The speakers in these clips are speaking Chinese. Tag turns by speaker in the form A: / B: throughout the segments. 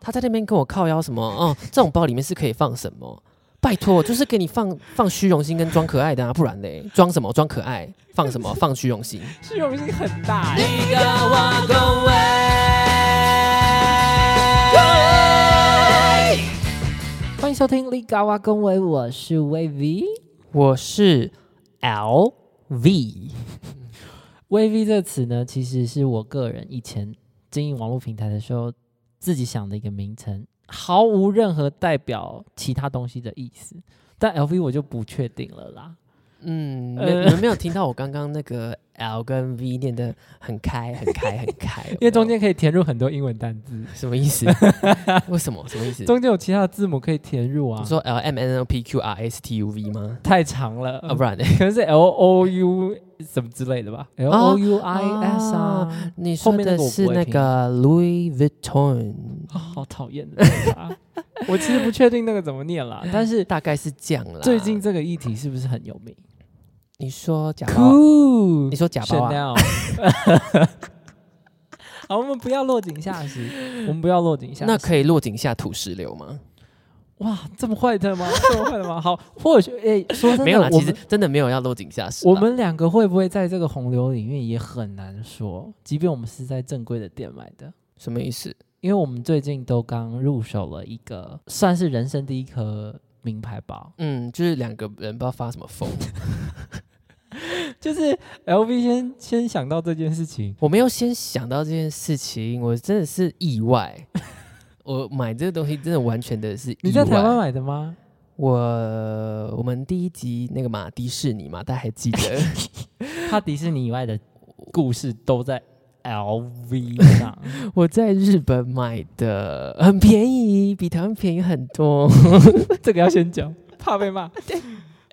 A: 他在那边跟我靠腰什么？哦，这种包里面是可以放什么？拜托，就是给你放放虚荣心跟装可爱的啊，不然嘞，装什么装可爱？放什么放虚荣心？
B: 虚荣心很大、欸。
C: 你跟我恭维，
B: 欢迎收听《立高啊恭维》，我是 VV。
A: 我是 L V，
B: VV 这个词呢，其实是我个人以前经营网络平台的时候自己想的一个名称，毫无任何代表其他东西的意思。但 LV 我就不确定了啦。
A: 嗯，
B: 呃
A: 没你们没有听到我刚刚那个 L 跟 V 念的很开很开很开，有没有
B: 因为中间可以填入很多英文单字，
A: 什么意 思？为什么什么意思？
B: 中间有其他的字母可以填入啊
A: 你。说 L M N O P Q R S T U V 吗？
B: 太长了，
A: 啊，不然呢？
B: 可能是 L O U 什么之类的吧，L
A: 哦
B: O U I S 啊，
A: 你
B: 后
A: 说
B: 面那
A: 的
B: 个我不
A: 是
B: 会
A: 那
B: 拼
A: 个 Louis Vuitton，
B: 啊好讨厌的字啊。 我其实不确定那个怎么 念啦，啊但是
A: 大概是这样啦。
B: 最近这个议题是不是很有名
A: 你说假包，啊
B: ？Cool，
A: 你说假包啊？
B: Chanel。好，我们不要落井下石，我们不要落井下石。
A: 那可以落井下土石流吗？
B: 哇，这么坏的吗？这么坏的吗？好，或许诶、说真的，
A: 没有啦，
B: 我
A: 其实
B: 们
A: 真的没有要落井下石啦。
B: 我们两个会不会在这个洪流里面也很难说，即便我们是在正规的店买的。
A: 什么意思？
B: 因为我们最近都刚入手了一个，算是人生第一颗名牌包，
A: 嗯，就是两个人不知道发什么疯。
B: 就是 LV 先先想到这件事情，
A: 我没有先想到这件事情，我真的是意外。 我买这个东西真的完全的是意外
B: 你在台湾？买的 吗？
A: 我我们第一集那个嘛迪士尼嘛，大家还记得？
B: 它迪士尼以外的故事都在 LV 上，
A: 我在日本买的，很便宜，比台湾便宜很多。
B: 这个要先讲，怕被骂。 对，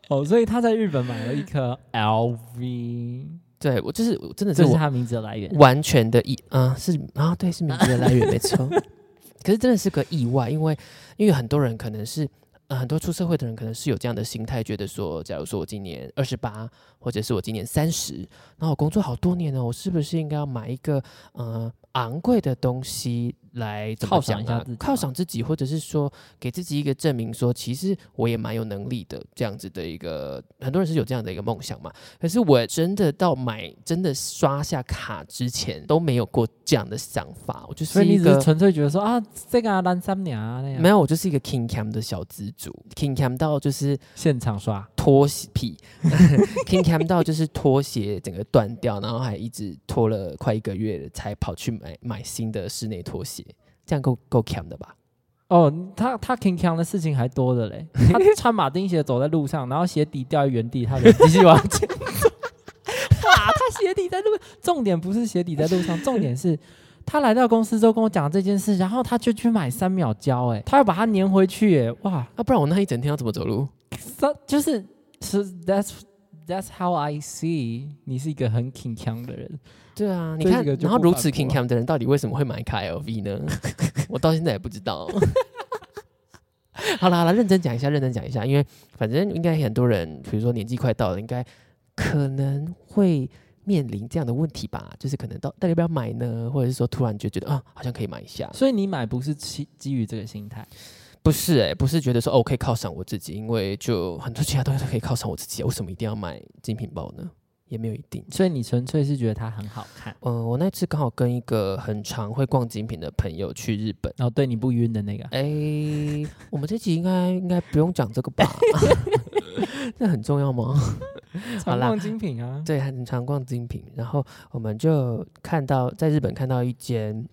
B: 哦，所以他在日本买了一颗 LV，
A: 对我就是我真的是
B: 这是
A: 我
B: 他名字的来源。
A: 完全的意啊是啊对是名字的来源没 错，可是真的是个意外，因为因为很多人可能是、呃、很多出社会的人可能是有这样的心态，觉得说，假如说我今年二十八，或者是我今年三十，然后我工作好多年了，哦我是不是应该要买一个呃昂贵的东西来怎么
B: 犒赏
A: 讲啊
B: 一下自己
A: 犒
B: 吗
A: 赏自己，或者是说给自己一个证明说其实我也蛮有能力的这样子的一个，很多人是有这样的一个梦想嘛。可是我真的到买真的刷下卡之前都没有过这样的想法，我就
B: 所
A: 是
B: 以你
A: 一
B: 只是
A: 个。
B: 纯粹觉得说啊，这个啊，蓝三娘啊那样，
A: 没有，我就是一个 king cam 的小资主，king cam 到就是
B: 现场刷，
A: 拖鞋屁 ，king cam 到就是拖鞋整个断掉，然后还一直拖了快一个月才跑去买买新的室内拖鞋，这样够够 cam 的吧？
B: 哦，他他 King Kang 的事情还多的嘞， 他穿马丁鞋走在路上，然后鞋底掉在原地，他 人继续往前走。 哇，他鞋底在路，重点不是鞋底在路上，重点是他来到公司之后跟我讲这件事，然后他就去买三秒胶，哎，他要把它粘回去，哎，哇，
A: 啊，不然我那一整天要怎么走路？
B: 这就是是 That's That's how I see，你是一个很 King Kang 的人，
A: 对啊，你
B: 这
A: 看，
B: 个就
A: 然后
B: 不
A: 如
B: 反
A: 此
B: 驳
A: king cam 的人到底为什么会买一卡 LV 呢？ 我到现在也不知道。 好啦好啦，认真讲一下，认真讲一下，因为反正应该很多人，比如说年纪快到了，应该可能会面临这样的问题吧，就是可能到到底要不要买呢，或者是说突然就觉得啊，好像可以买一下，
B: 所以你买不是基基于这个心态，
A: 不是哎、不是觉得说哦，我可以犒赏我自己，因为就很多其他东西都可以犒赏我自己，为什么一定要买精品包呢？也没有一定。
B: 所以你纯粹是觉得它很好看，
A: 嗯，我那次刚好跟一个很常会逛精品的朋友去日本。
B: 然后对你不晕的那个。
A: 哎、我们这集应该应该不用讲这个吧？ 这很重要吗？好
B: 常
A: 啦
B: 逛嗯精品啊，
A: 对，很常逛精品，然后我们就看到在日本看到一间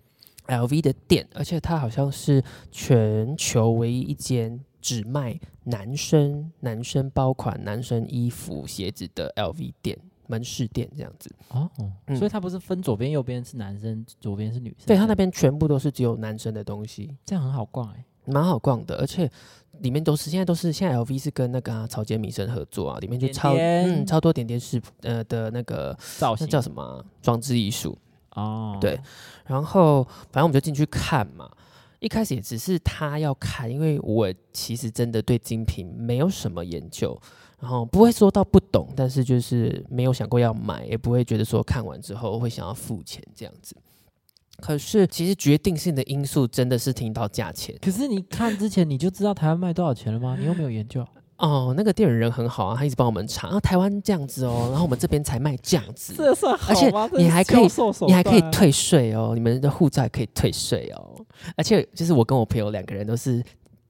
A: LV 的店，而且它好像是全球唯一一间只卖男生男生包款、男生衣服、鞋子的 LV 店门市店这样子。
B: 哦，
A: 嗯
B: 所以它不是分左边右边是男生，左边是女生，
A: 对，它那边全部都是只有男生的东西。
B: 这样很好逛哎、
A: 蛮好逛的，而且里面都是现在都是现在 LV 是跟那个、啊、草间弥生合作啊，里面就
B: 点
A: 超
B: 点
A: 嗯超多点点是呃的那个
B: 造
A: 那
B: 型
A: 叫什么啊装、置艺术，
B: 哦，
A: 对，然后反正我们就进去看嘛。一开始也只是他要看，因为我其实真的对精品没有什么研究，然后不会说到不懂，但是就是没有想过要买，也不会觉得说看完之后会想要付钱这样子。可是其实决定性的因素真的是听到价钱
B: 可是你看之前你就知道台湾卖多少钱了吗？你又没有研究，
A: 哦。那个店员人很好啊，他一直帮我们查啊，台湾这样子哦，然后我们这边才卖这样子，
B: 这算
A: 而且
B: 吗？
A: 你还可以
B: 啊
A: 你还可以
B: 退。
A: 退税哦，你们的护照也可以退税哦。而且就是我跟我朋友两个人都是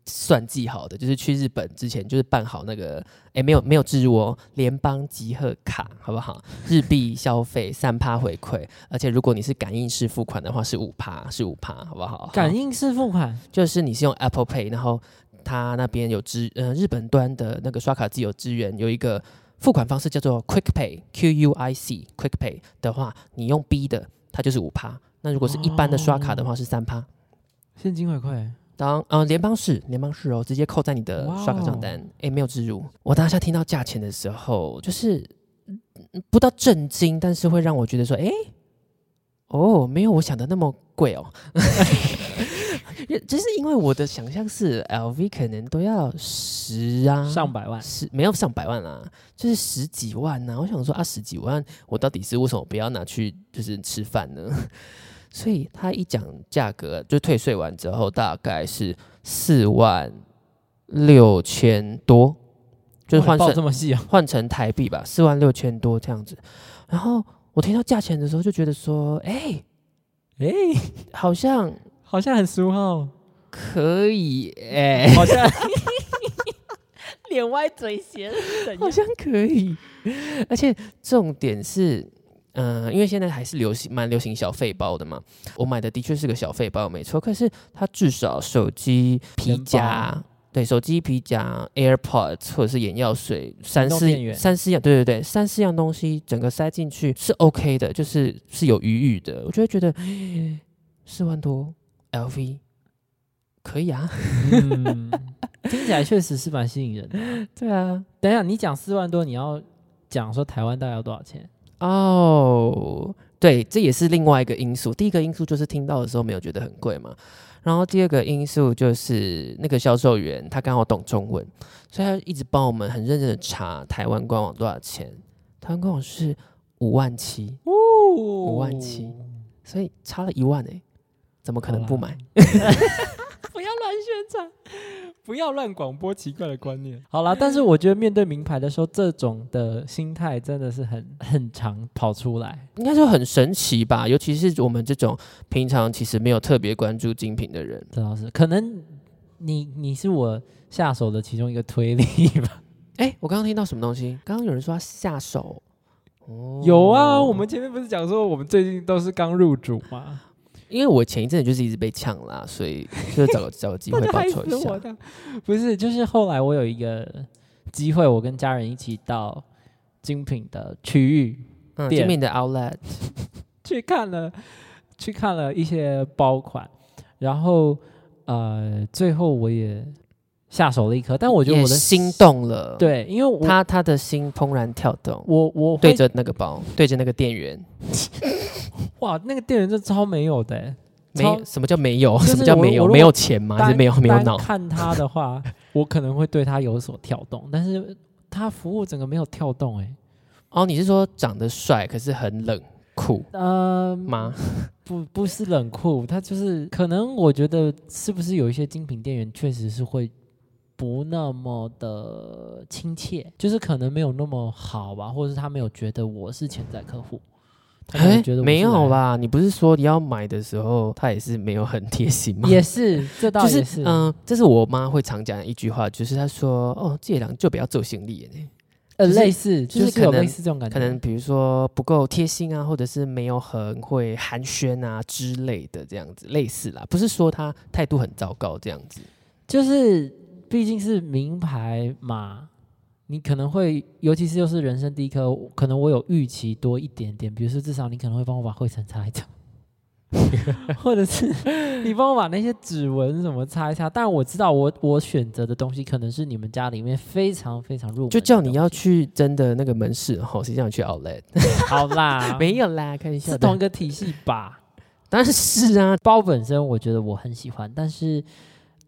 A: 算计好的，就是去日本之前就是办好那个，哎，没有没有置入哦，联邦集贺卡好不好？日币消费三趴回馈，而且如果你是感应式付款的话是五趴，是五趴，好不好？
B: 感应式付款，
A: 就是你是用 Apple Pay，然后它那边有支呃日本端的那个刷卡机有支援，有一个付款方式叫做 Quick Pay（Q U I C）。Quick Pay 的话，你用 B 的，它就是五趴；那如果是一般的刷卡的话是三趴。
B: 现金回馈，
A: 当呃联邦式联邦式哦，直接扣在你的
B: 哇哦
A: 刷卡账单。诶，没有植入。我当下听到价钱的时候，就是嗯不到震惊，但是会让我觉得说，诶，哦，没有我想的那么贵哦。 就是因为我的想象是 LV 可能都要十啊
B: 上百万，
A: 十没有上百万啦、啊就是十几万呐、我想说啊，十几万，我到底是为什么不要拿去就是吃饭呢？ 所以他一讲价格，就退税完之后大概是四万六千多，就是换
B: 哇你报
A: 算
B: 这么细啊？
A: 换成台币吧，四万六千多这样子。然后我听到价钱的时候就觉得说，哎、
B: 哎，
A: 好像
B: 好像很俗哦，
A: 可以哎、
B: 好像脸歪嘴斜，怎
A: 好
B: 样
A: 像可以。而且重点是，嗯、因为现在还是流行蛮流行小费包的嘛。我买的的确是个小费包，没错。可是它至少手机、皮
B: 钱包
A: 夹，对，手机、皮夹、AirPods 或者是眼药水，三
B: 动
A: 四
B: 电源
A: 三四样，对对对，三四样东西整个塞进去是 OK 的，就是是有余裕的。我就会觉得哎四万多 LV 可以啊，
B: 嗯，听起来确实是蛮吸引人的。
A: 对啊。
B: 等一下，你讲四万多，你要讲说台湾大概要多少钱？
A: 哦，对，这也是另外一个因素。第一个因素就是听到的时候没有觉得很贵嘛，然后第二个因素就是那个销售员他刚好懂中文，所以他一直帮我们很认真的查台湾官网多少钱。台湾官网是五万七，
B: 哦，
A: 五万七，所以差了一万哎、怎么可能不买？
B: 不要乱宣传，不要乱广播奇怪的观念。好啦，但是我觉得面对名牌的时候，这种的心态真的是很很常跑出来。
A: 应该说很神奇吧，尤其是我们这种平常其实没有特别关注精品的人。
B: 这倒是，可能你你是我下手的其中一个推力吧？
A: 哎、我刚刚听到什么东西？刚刚有人说他下手。哦
B: 有啊，我们前面不是讲说我们最近都是刚入主吗？
A: 因为我前一阵子就是一直被呛啦，所以就找个找个 机会报仇一下。
B: 的！不是，就是后来我有一个机会，我跟家人一起到精品的区域
A: 嗯，
B: 店
A: 精品的 outlet
B: 去看了，去看了一些包款，然后呃，最后我也下手了一颗，但我觉得
A: 也
B: 我的
A: 心动了，，
B: 对，因为我
A: 他他的心怦然跳动，
B: 我我会
A: 对着那个包，对着那个店员，
B: 哇，那个店员真的超没有的欸、
A: 没
B: 超
A: 什么叫没有，
B: 就是
A: 什么叫没
B: 我我
A: 有，
B: 如果
A: 没有钱吗？啊还
B: 单
A: 是没有没有
B: 单
A: 脑？
B: 看他 的话，我可能会对他有所跳动，但是他服务整个没有跳动、欸，
A: 哦，你是说长得帅可是很冷酷
B: 哎，嗯、
A: 吗？
B: 不不是冷酷，他就是可能我觉得是不是有一些精品店员确实是会不那么的亲切，就是可能没有那么好吧，或者是他没有觉得我是潜在客 户，他可能
A: 哎
B: 觉得我是
A: 没有
B: 来，
A: 啦，你不是说你要买的时候，他也是没有很贴心吗？
B: 也是这倒
A: 就
B: 也
A: 是
B: 是，
A: 嗯、这是我妈会常讲的一句话，就是她说：“哦，这两就不要做行李呢。”
B: 呃，
A: 就是
B: 类似
A: 就是
B: 是有
A: 可能
B: 类似这种感觉，
A: 可能比如说不够贴心啊，或者是没有很会寒暄啊之类的，这样子类似啦，不是说他态度很糟糕这样子。
B: 就是毕竟是名牌嘛，你可能会，尤其是又是人生第一课，可能我有预期多一点点，比如说至少你可能会帮我把灰尘擦 一擦，或者是你帮我把那些指纹什么擦一擦。但我知道我我选择的东西可能是你们家里面非常非常入门的
A: 就
B: 东西，
A: 叫你要去真的那个门市吼，谁叫你去 Outlet？
B: 好啦，
A: 没有啦，开玩笑
B: 是
A: 的
B: 同一。个体系吧。
A: 当然是啊，
B: 包本身我觉得我很喜欢，但是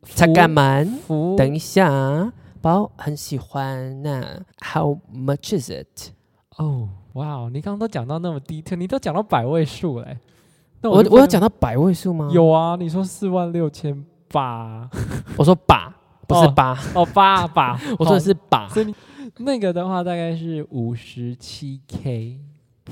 A: 才
B: 服
A: 干嘛？
B: 服务
A: 等一下啊，包很喜欢那、How much is it？
B: 哦，哇哦，你刚刚都讲到那么低 e 你都讲到百位数嘞、那
A: 我
B: 就
A: 我有
B: 在
A: 讲到百位数吗
B: 那，？有啊，你说四万六千八，
A: 我说把，不是
B: 哦
A: 八，
B: 哦八八，
A: 我说的是把。
B: 所以你那个的话大概是五十七 K，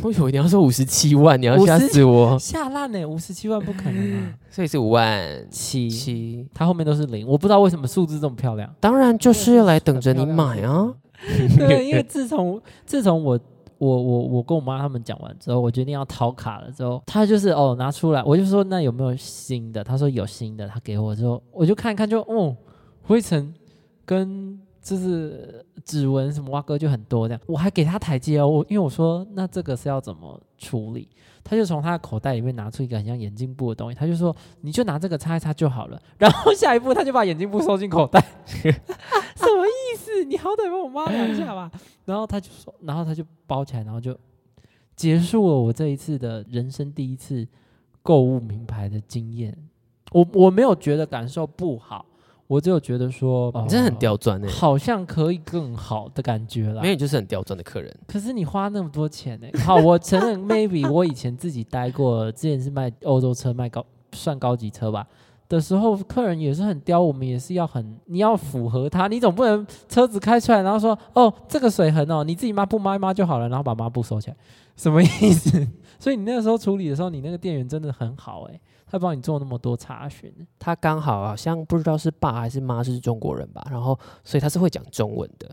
A: 为什么一定要说五十七万？你要
B: 57
A: 吓死我！
B: 下烂呢、欸，五十七万不可能啊，
A: 所以是五万
B: 七
A: 七，
B: 它后面都是零，我不知道为什么数字这么漂亮。
A: 当然就是要来等着你买啊！
B: 对，因为自从自从我我我我跟我妈他们讲完之后，我决定要掏卡了之后，她就是哦拿出来，我就说那有没有新的？她说有新的，她给我之后，我就看一看就哦，灰尘跟就是呃指纹什么挖哥就很多这样，我还给她台阶哦，我因为我说那这个是要怎么处理，她就从她的口袋里面拿出一个很像眼镜布的东西，她就说你就拿这个擦一擦就好了，然后下一步她就把眼镜布收进口袋，什么意思？你好歹帮我妈量一下 吧。然后他就说，然后他就包起来，然后就结束了我这一次的人生第一次购物名牌的经验。我我没有觉得感受不好，我只有觉得说，
A: 你真的很刁
B: 屌，
A: 钻哎、
B: 哦好像可以更好的感觉啦
A: 没。有，你就是很刁钻的客人。
B: 可是你花那么多钱呢、 好，我承认，maybe 我以前自己待过，之前是卖欧洲车，卖高算高级车吧。的时候，客人也是很刁，我们也是要很，你要符合他，你总不能车子开出来，然后说，哦，这个水痕哦，你自己抹布抹一抹就好了，然后把抹布收起来，什么意思？ 所以你那个时候处理的时候，你那个店员真的很好诶、他帮你做那么多查询，
A: 他刚好好像不知道是爸还是妈是中国人吧，然后所以他是会讲中文的，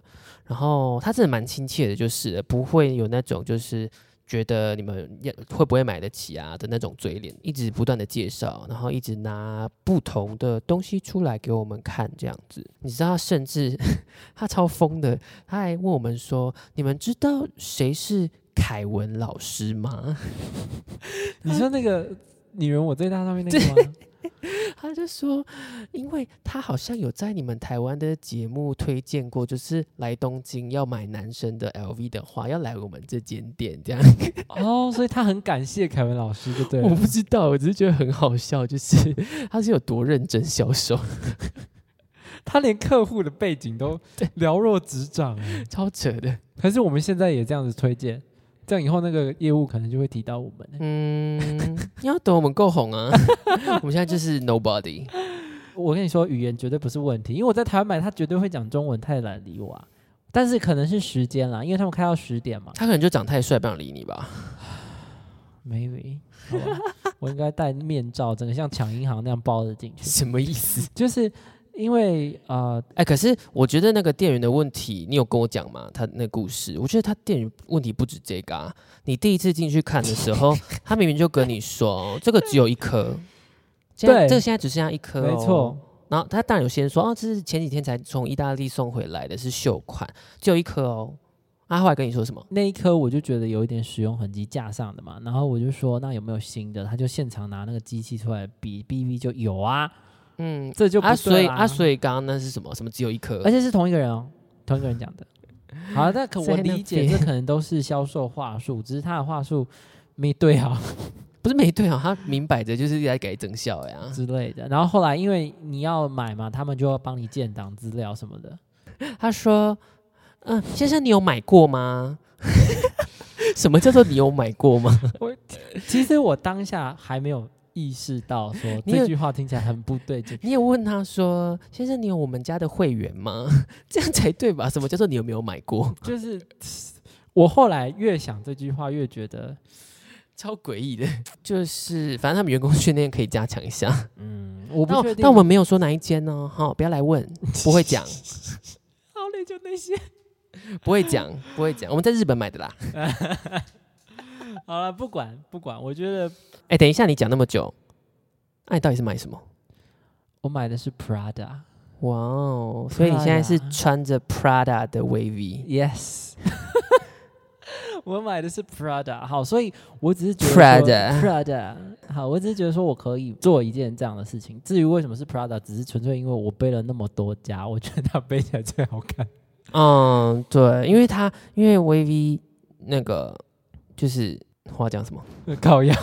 A: 然后他真的蛮亲切的，就是不会有那种就是觉得你们要会不会买得起啊的那种嘴脸，一直不断的介绍，然后一直拿不同的东西出来给我们看这样子。你知道，他甚至 他超疯的，他还问我们说：“你们知道谁是凯文老师吗？”
B: 你说那个女人我最大上面那个吗？
A: 他就说，因为他好像有在你们台湾的节目推荐过，就是来东京要买男生的 LV 的话，要来我们这间店这样。
B: 哦，所以他很感谢凯文老师，就对了 啊
A: 我。不知道，我只是觉得很好笑，就是 他是有多认真销售，
B: 他连客户的背景都了若指掌哎。
A: 超扯的。
B: 可是我们现在也这样子推荐，这样以后那个业务可能就会提到我们欸。
A: 嗯， 你要等我们够红啊， 我们现在就是 nobody。
B: 我跟你说，语言绝对不是问题，因为我在台湾买，他绝对会讲中文，他也懒得理我啊。但是可能是时间啦，因为他们开到十点嘛。
A: 他可能就长太帅，不想理你吧。
B: Maybe，好吧我应该戴面罩，整个像抢银行那样包着进 去。
A: 什么意思？
B: 就是因为呃，
A: 哎、可是我觉得那个店员的问题，你有跟我讲吗？他那故事，我觉得他店员问题不止这个啊。你第一次进去看的时 候，他明明就跟你说这个只有一颗，现在
B: 对
A: 这个现在只剩下一颗、哦
B: 没错。，
A: 然后他当然有先说，哦，这是前几天才从意大利送回来的，是秀款，只有一颗哦。啊，后来跟你说什么？
B: 那一颗我就觉得有一点使用痕迹架上的嘛，然后我就说那有没有新的？他就现场拿那个机器出来比比一比就有啊，
A: 嗯，
B: 这就不
A: 啊，所
B: 对
A: 以
B: 啦
A: 啊，所以刚刚那是什么？什么只有一颗？
B: 而且是同一个人哦，同一个人讲 的。好，那可我
A: 在那
B: 理解
A: 边
B: 这可能都是销售话术，只是他的话术没对啊好
A: 不是没对啊，他明摆着就是来给你整笑呀、
B: 之类的。然后后来因为你要买嘛，他们就要帮你建档资料什么的。
A: 他说：“嗯、先生，你有买过 吗？”什么叫做你有买过吗？
B: 其实我当下还没有意识到 说
A: 你有
B: 这句话听起来很不对劲，
A: 你也问他说：“先生，你有我们家的会员吗？” 这样才对吧？什么叫做你有没有买过？
B: 就是我后来越想这句话越觉得。
A: 超诡异的，就是反正他们员工训练可以加强一下。
B: 嗯，我
A: 但
B: 不
A: 我
B: 确定，
A: 但我们没有说哪一间呢、哈、不要来 问，不会讲，
B: 好累，就那些。
A: 不会讲，不会讲。我们在日本买的啦。
B: 好了，不管不管，我觉得
A: 哎、等一下，你讲那么久，那、你到底是买什么？
B: 我买的是 Prada。
A: 哇哦！所以你现在是
B: Prada
A: 穿着 Prada 的 wavy
B: Yes，我买的是 Prada。好，所以我只是觉得说
A: Prada
B: Prada。好，我只是觉得说我可以做一件这样的事情。至于为什么是 Prada，只是纯粹因为我背了那么多家，我觉得它背起来最好看。
A: 嗯，对，因为他因为 VV 那个就是话讲什么
B: 高腰，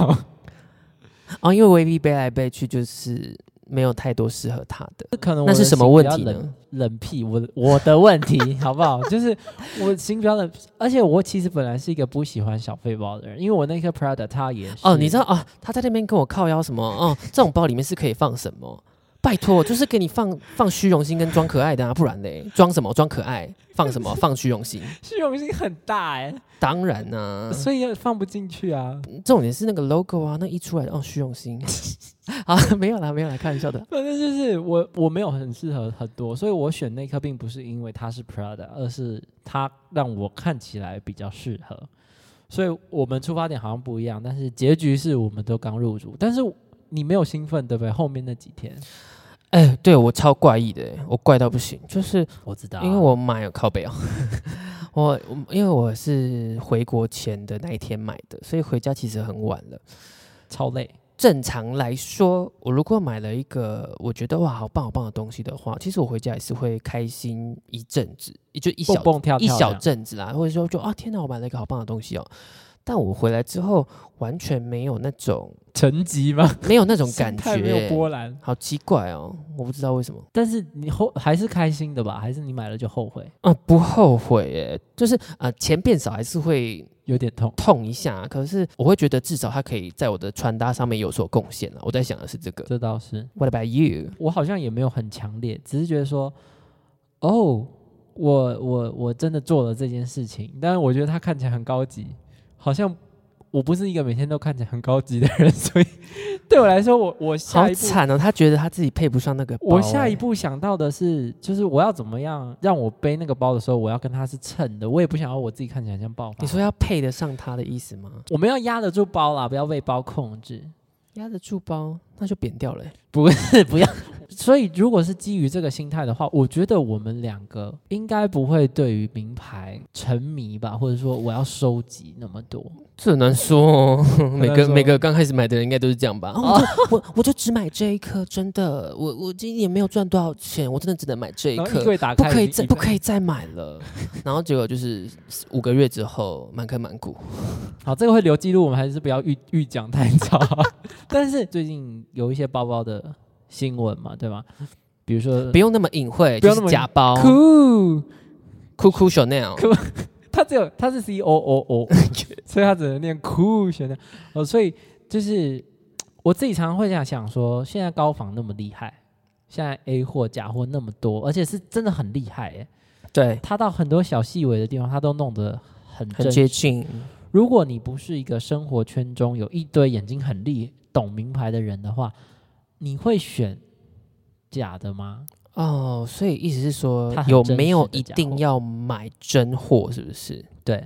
A: 哦，因为 VV 背来背去就是没有太多适合他的。
B: 这可能
A: 那
B: 我
A: 是
B: 的
A: 什么
B: 心比
A: 问
B: 较
A: 题
B: 冷
A: 呢？
B: 冷僻，我我的问题 好不好？就是我心比较冷，而且我其实本来是一个不喜欢小背包的人，因为我那颗 Prada 它也是
A: 哦，你知道啊、他在那边跟我靠腰什么？哦，这种包里面是可以放什么？拜托，就是给你放放虚荣心跟装可爱的啊，不然嘞，装什么装可爱？放什么放虚荣心？
B: 虚荣心很大哎、
A: 当然呢、
B: 所以也放不进去啊。
A: 重点是那个 logo 啊，那一出来哦，虚荣心 啊，没有啦，没有啦，开玩笑的。
B: 反正就是我我没有很适合很多，所以我选那颗并不是因为它是 Prada，而是它让我看起来比较适合。所以我们出发点好像不一样，但是结局是我们都刚入住，但是你没有兴奋对不对？后面那几天
A: 哎、对我超怪异的，欸我怪到不行，就是
B: 我知道啊
A: 因为我买靠背哦， 我我因为我是回国前的那一天买的，所以回家其实很晚了。
B: 超累，
A: 正常来说，我如果买了一个我觉得哇好棒好棒的东西的话，其实我回家也是会开心一阵子，也就一
B: 蹦
A: 小
B: 蹦跳跳
A: 一
B: 这
A: 小
B: 样
A: 阵子啦，或者说就啊天哪，我买了一个好棒的东西哦。但我回来之后完全没有那种
B: 沉寂吗？
A: 没有那种感
B: 心态没有
A: 觉，
B: 波澜，
A: 好奇怪哦，我不知道为什么。
B: 但是你后还是开心的吧？还是你买了就后悔，
A: 啊、不后悔耶，就是啊、钱变少还是会
B: 有点痛。
A: 痛一下，可是我会觉得至少它可以在我的穿搭上面有所贡献了。啊我在想的是这个。
B: 这倒是，
A: What about you？
B: 我好像也没有很强烈，只是觉得说，哦，我我我真的做了这件事情，但是我觉得它看起来很高级，好像我不是一个每天都看起来很高级的人，所以对我来说，我我下
A: 好
B: 一步。
A: 惨哦，他觉得他自己配不上那个包
B: 我下一
A: 哎
B: 步想到的是，就是我要怎么样让我背那个包的时候，我要跟它是称的。我也不想要我自己看起来像暴发户。
A: 你说要配得上他的意思吗？
B: 我们要压得住包啦，不要被包控制。
A: 压得住包，那就扁掉了哎、
B: 不是不要。所以，如果是基于这个心态的话，我觉得我们两个应该不会对于名牌沉迷吧，或者说我要收集那么多。
A: 这很难说 哦，每
B: 难
A: 个
B: 说
A: 每个刚开始买的人应该都是这样吧。哦、我就 我我就只买这一颗，真的，我我今年没有赚多少钱，我真的只能买这一
B: 然后衣
A: 颗，
B: 柜打
A: 不
B: 开，
A: 可以再不
B: 以。
A: 可以再买了。 然后结果就是五个月之后满坑满
B: 嗯
A: 谷，
B: 好，这个会留记录，我们还是不要预预讲太早。 但是最近有一些包包的新闻嘛，对吗？比如说
A: 不用那么隐晦，
B: 不
A: 就
B: 用
A: 是
B: 那么
A: 假包，
B: 酷，
A: 酷酷 Chanel，
B: 它只有它是 C O O O，所以它只能念酷选的。哦，所以就是我自己常常会这样想说，现在高仿那么厉害，现在 A 货假货那么多，而且是真的很厉害耶。
A: 对，
B: 它到很多小细微的地方，它都弄得很
A: 很
B: 真
A: 接
B: 实。
A: 近。
B: 如果你不是一个生活圈中有一堆眼睛很利、懂名牌的人的话，你会选假的吗？
A: 哦，所以意思是说
B: 它，很
A: 有
B: 真
A: 没
B: 实
A: 有
B: 的
A: 一
B: 假
A: 定
B: 货
A: 要买真货？是不是？
B: 对。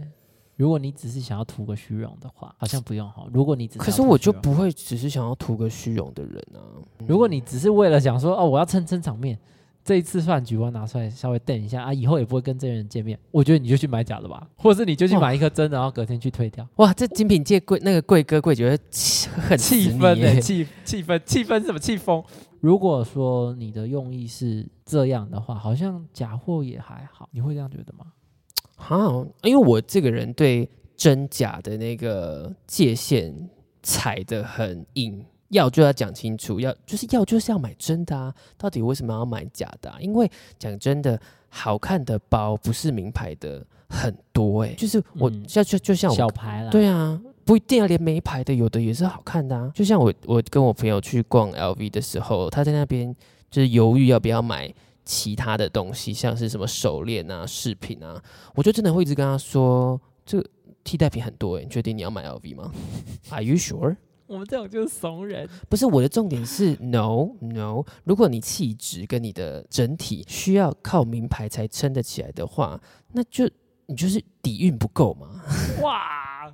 B: 如果你只是想要图个虚荣的话，好像不用哈。如果你只
A: 可
B: 要
A: 是
B: 图
A: 我
B: 虚
A: 就
B: 荣
A: 不会只是想要图个虚荣的人啊。
B: 如果你只是为了想说哦，我要撑撑场面，这一次饭局我要拿出来稍微瞪一下啊，以后也不会跟这些人见面，我觉得你就去买假的吧， 或者是你就去
A: 哇
B: 买一颗真的，然后隔天去退掉。
A: 哇，这精品界贵那个贵哥贵姐会气很
B: 气氛
A: 呢、
B: 欸，气气氛，气氛什么气风？如果说你的用意是这样的话，好像假货也还好，你会这样觉得吗？
A: 啊，因为我这个人对真假的那个界限踩得很硬，要就要讲清楚，要就是要就是要买真的啊，到底为什么要买假的、啊？因为讲真的，好看的包不是名牌的很多哎、就是我、
B: 嗯
A: 像就就像我
B: 小牌啦，，
A: 对啊，不一定啊，连没牌的有的也是好看的啊。就像我我跟我朋友去逛 LV 的时候，他在那边就是犹豫要不要买其他的东西，像是什么手链啊、饰品啊，我就真的会一直跟他说，这个替代品很多欸诶、你确定你要买 LV 吗 ？Are you sure？
B: 我们这种就是怂人，
A: 不是我的重点是 no no，如果你气质跟你的整体需要靠名牌才撑得起来的话，那就你就是底蕴不够嘛。
B: 哇，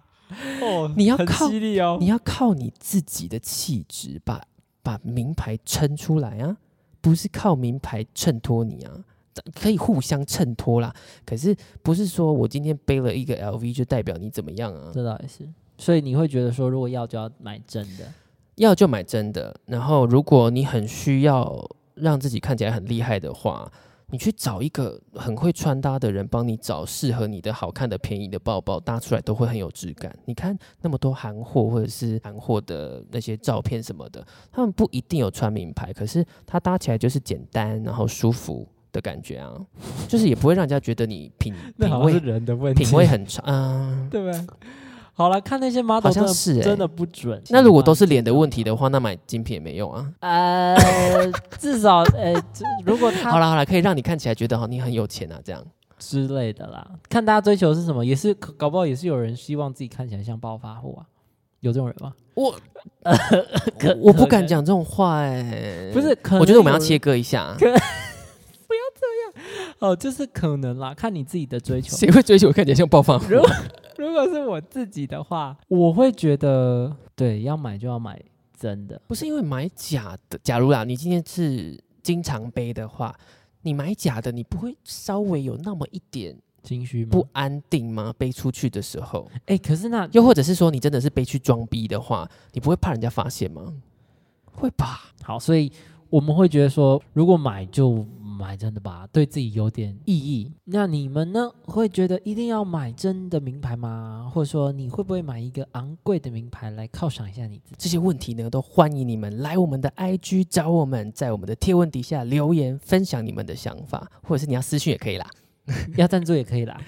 B: 哦，
A: 你要
B: 很
A: 靠
B: 犀利哦
A: 你，要靠你自己的气质把把名牌撑出来啊，不是靠名牌衬托你啊，可以互相衬托啦。可是不是说我今天背了一个 LV 就代表你怎么样啊？
B: 这倒也是。所以你会觉得说，如果要就要买真的，
A: 要就买真的，然后如果你很需要让自己看起来很厉害的话，你去找一个很会穿搭的人帮你找适合你的好看的、便宜的包包，搭出来都会很有质感。你看那么多韩货或者是韩货的那些照片什么的，他们不一定有穿名牌，可是它搭起来就是简单，然后舒服的感觉啊，就是也不会让人家觉得你品
B: 那
A: 品
B: 好像是
A: 味
B: 人的问题，
A: 品味很差。嗯、
B: 对吧？好了，看那些 model
A: 好
B: 真
A: 像
B: 的
A: 是哎、
B: 真的不准。
A: 那如果都是脸的问题的话，那买精品也没用啊。
B: 呃， 至少呃，这如果他
A: 好啦好啦，可以让你看起来觉得好，你很有钱啊，这样。
B: 之类的啦，看大家追求的是什么，也是搞不好也是有人希望自己看起来像暴发户啊，有这种人吗？
A: 我
B: 可
A: 我不敢
B: 可
A: 讲这种话哎、
B: 不是，可能
A: 我觉得我们要
B: 有人
A: 切割一下。
B: 哦，就是可能啦，看你自己的追求。
A: 谁会追求看起来像暴发户？
B: 如果是我自己的话，我会觉得对，要买就要买真的，
A: 不是因为买假的。假如啊啦，你今天是经常背的话，你买假的，你不会稍微有那么一点
B: 心虚吗？
A: 不，安定吗？背出去的时候，
B: 哎、可是那
A: 又或者是说你真的是背去装逼的话，你不会怕人家发现吗？会吧？
B: 好，所以我们会觉得说，如果买就买真的吧，对自己有点意义。那你们呢，会觉得一定要买真的名牌吗？或者说，你会不会买一个昂贵的名牌来犒赏一下你自己？
A: 这些问题呢，都欢迎你们来我们的 IG 找我们，在我们的贴文底下留言分享你们 的想法，或者是你要私讯也可以啦。
B: 要赞助也可以啦。